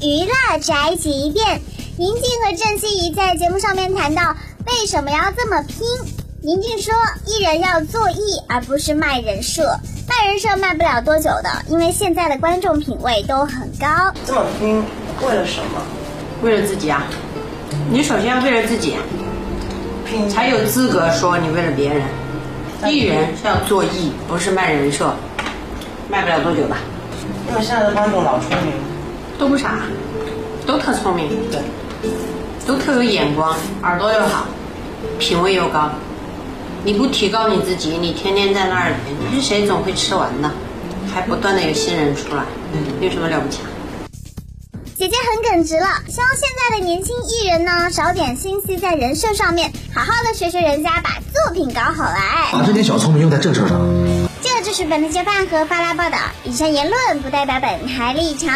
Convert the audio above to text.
娱乐宅急便。宁静和郑希怡在节目上面谈到为什么要这么拼。宁静说，艺人要做艺，而不是卖人设。卖人设卖不了多久的，因为现在的观众品味都很高。这么拼为了什么？为了自己啊，你首先要为了自己，拼才有资格说你为了别人。艺人是要做艺，不是卖人设，卖不了多久吧，因为现在的观众老聪明，都不傻，都特聪明，对，都特有眼光，耳朵又好，品味又高。你不提高你自己，你天天在那儿，你是谁总会吃完的，还不断的有新人出来，有什么了不起啊？姐姐很耿直了，希望现在的年轻艺人呢少点心思在人设上面，好好的学学人家，把作品搞好来。把这点小聪明用在正事儿上。这就是本台饭和发拉报道，以上言论不代表本台立场。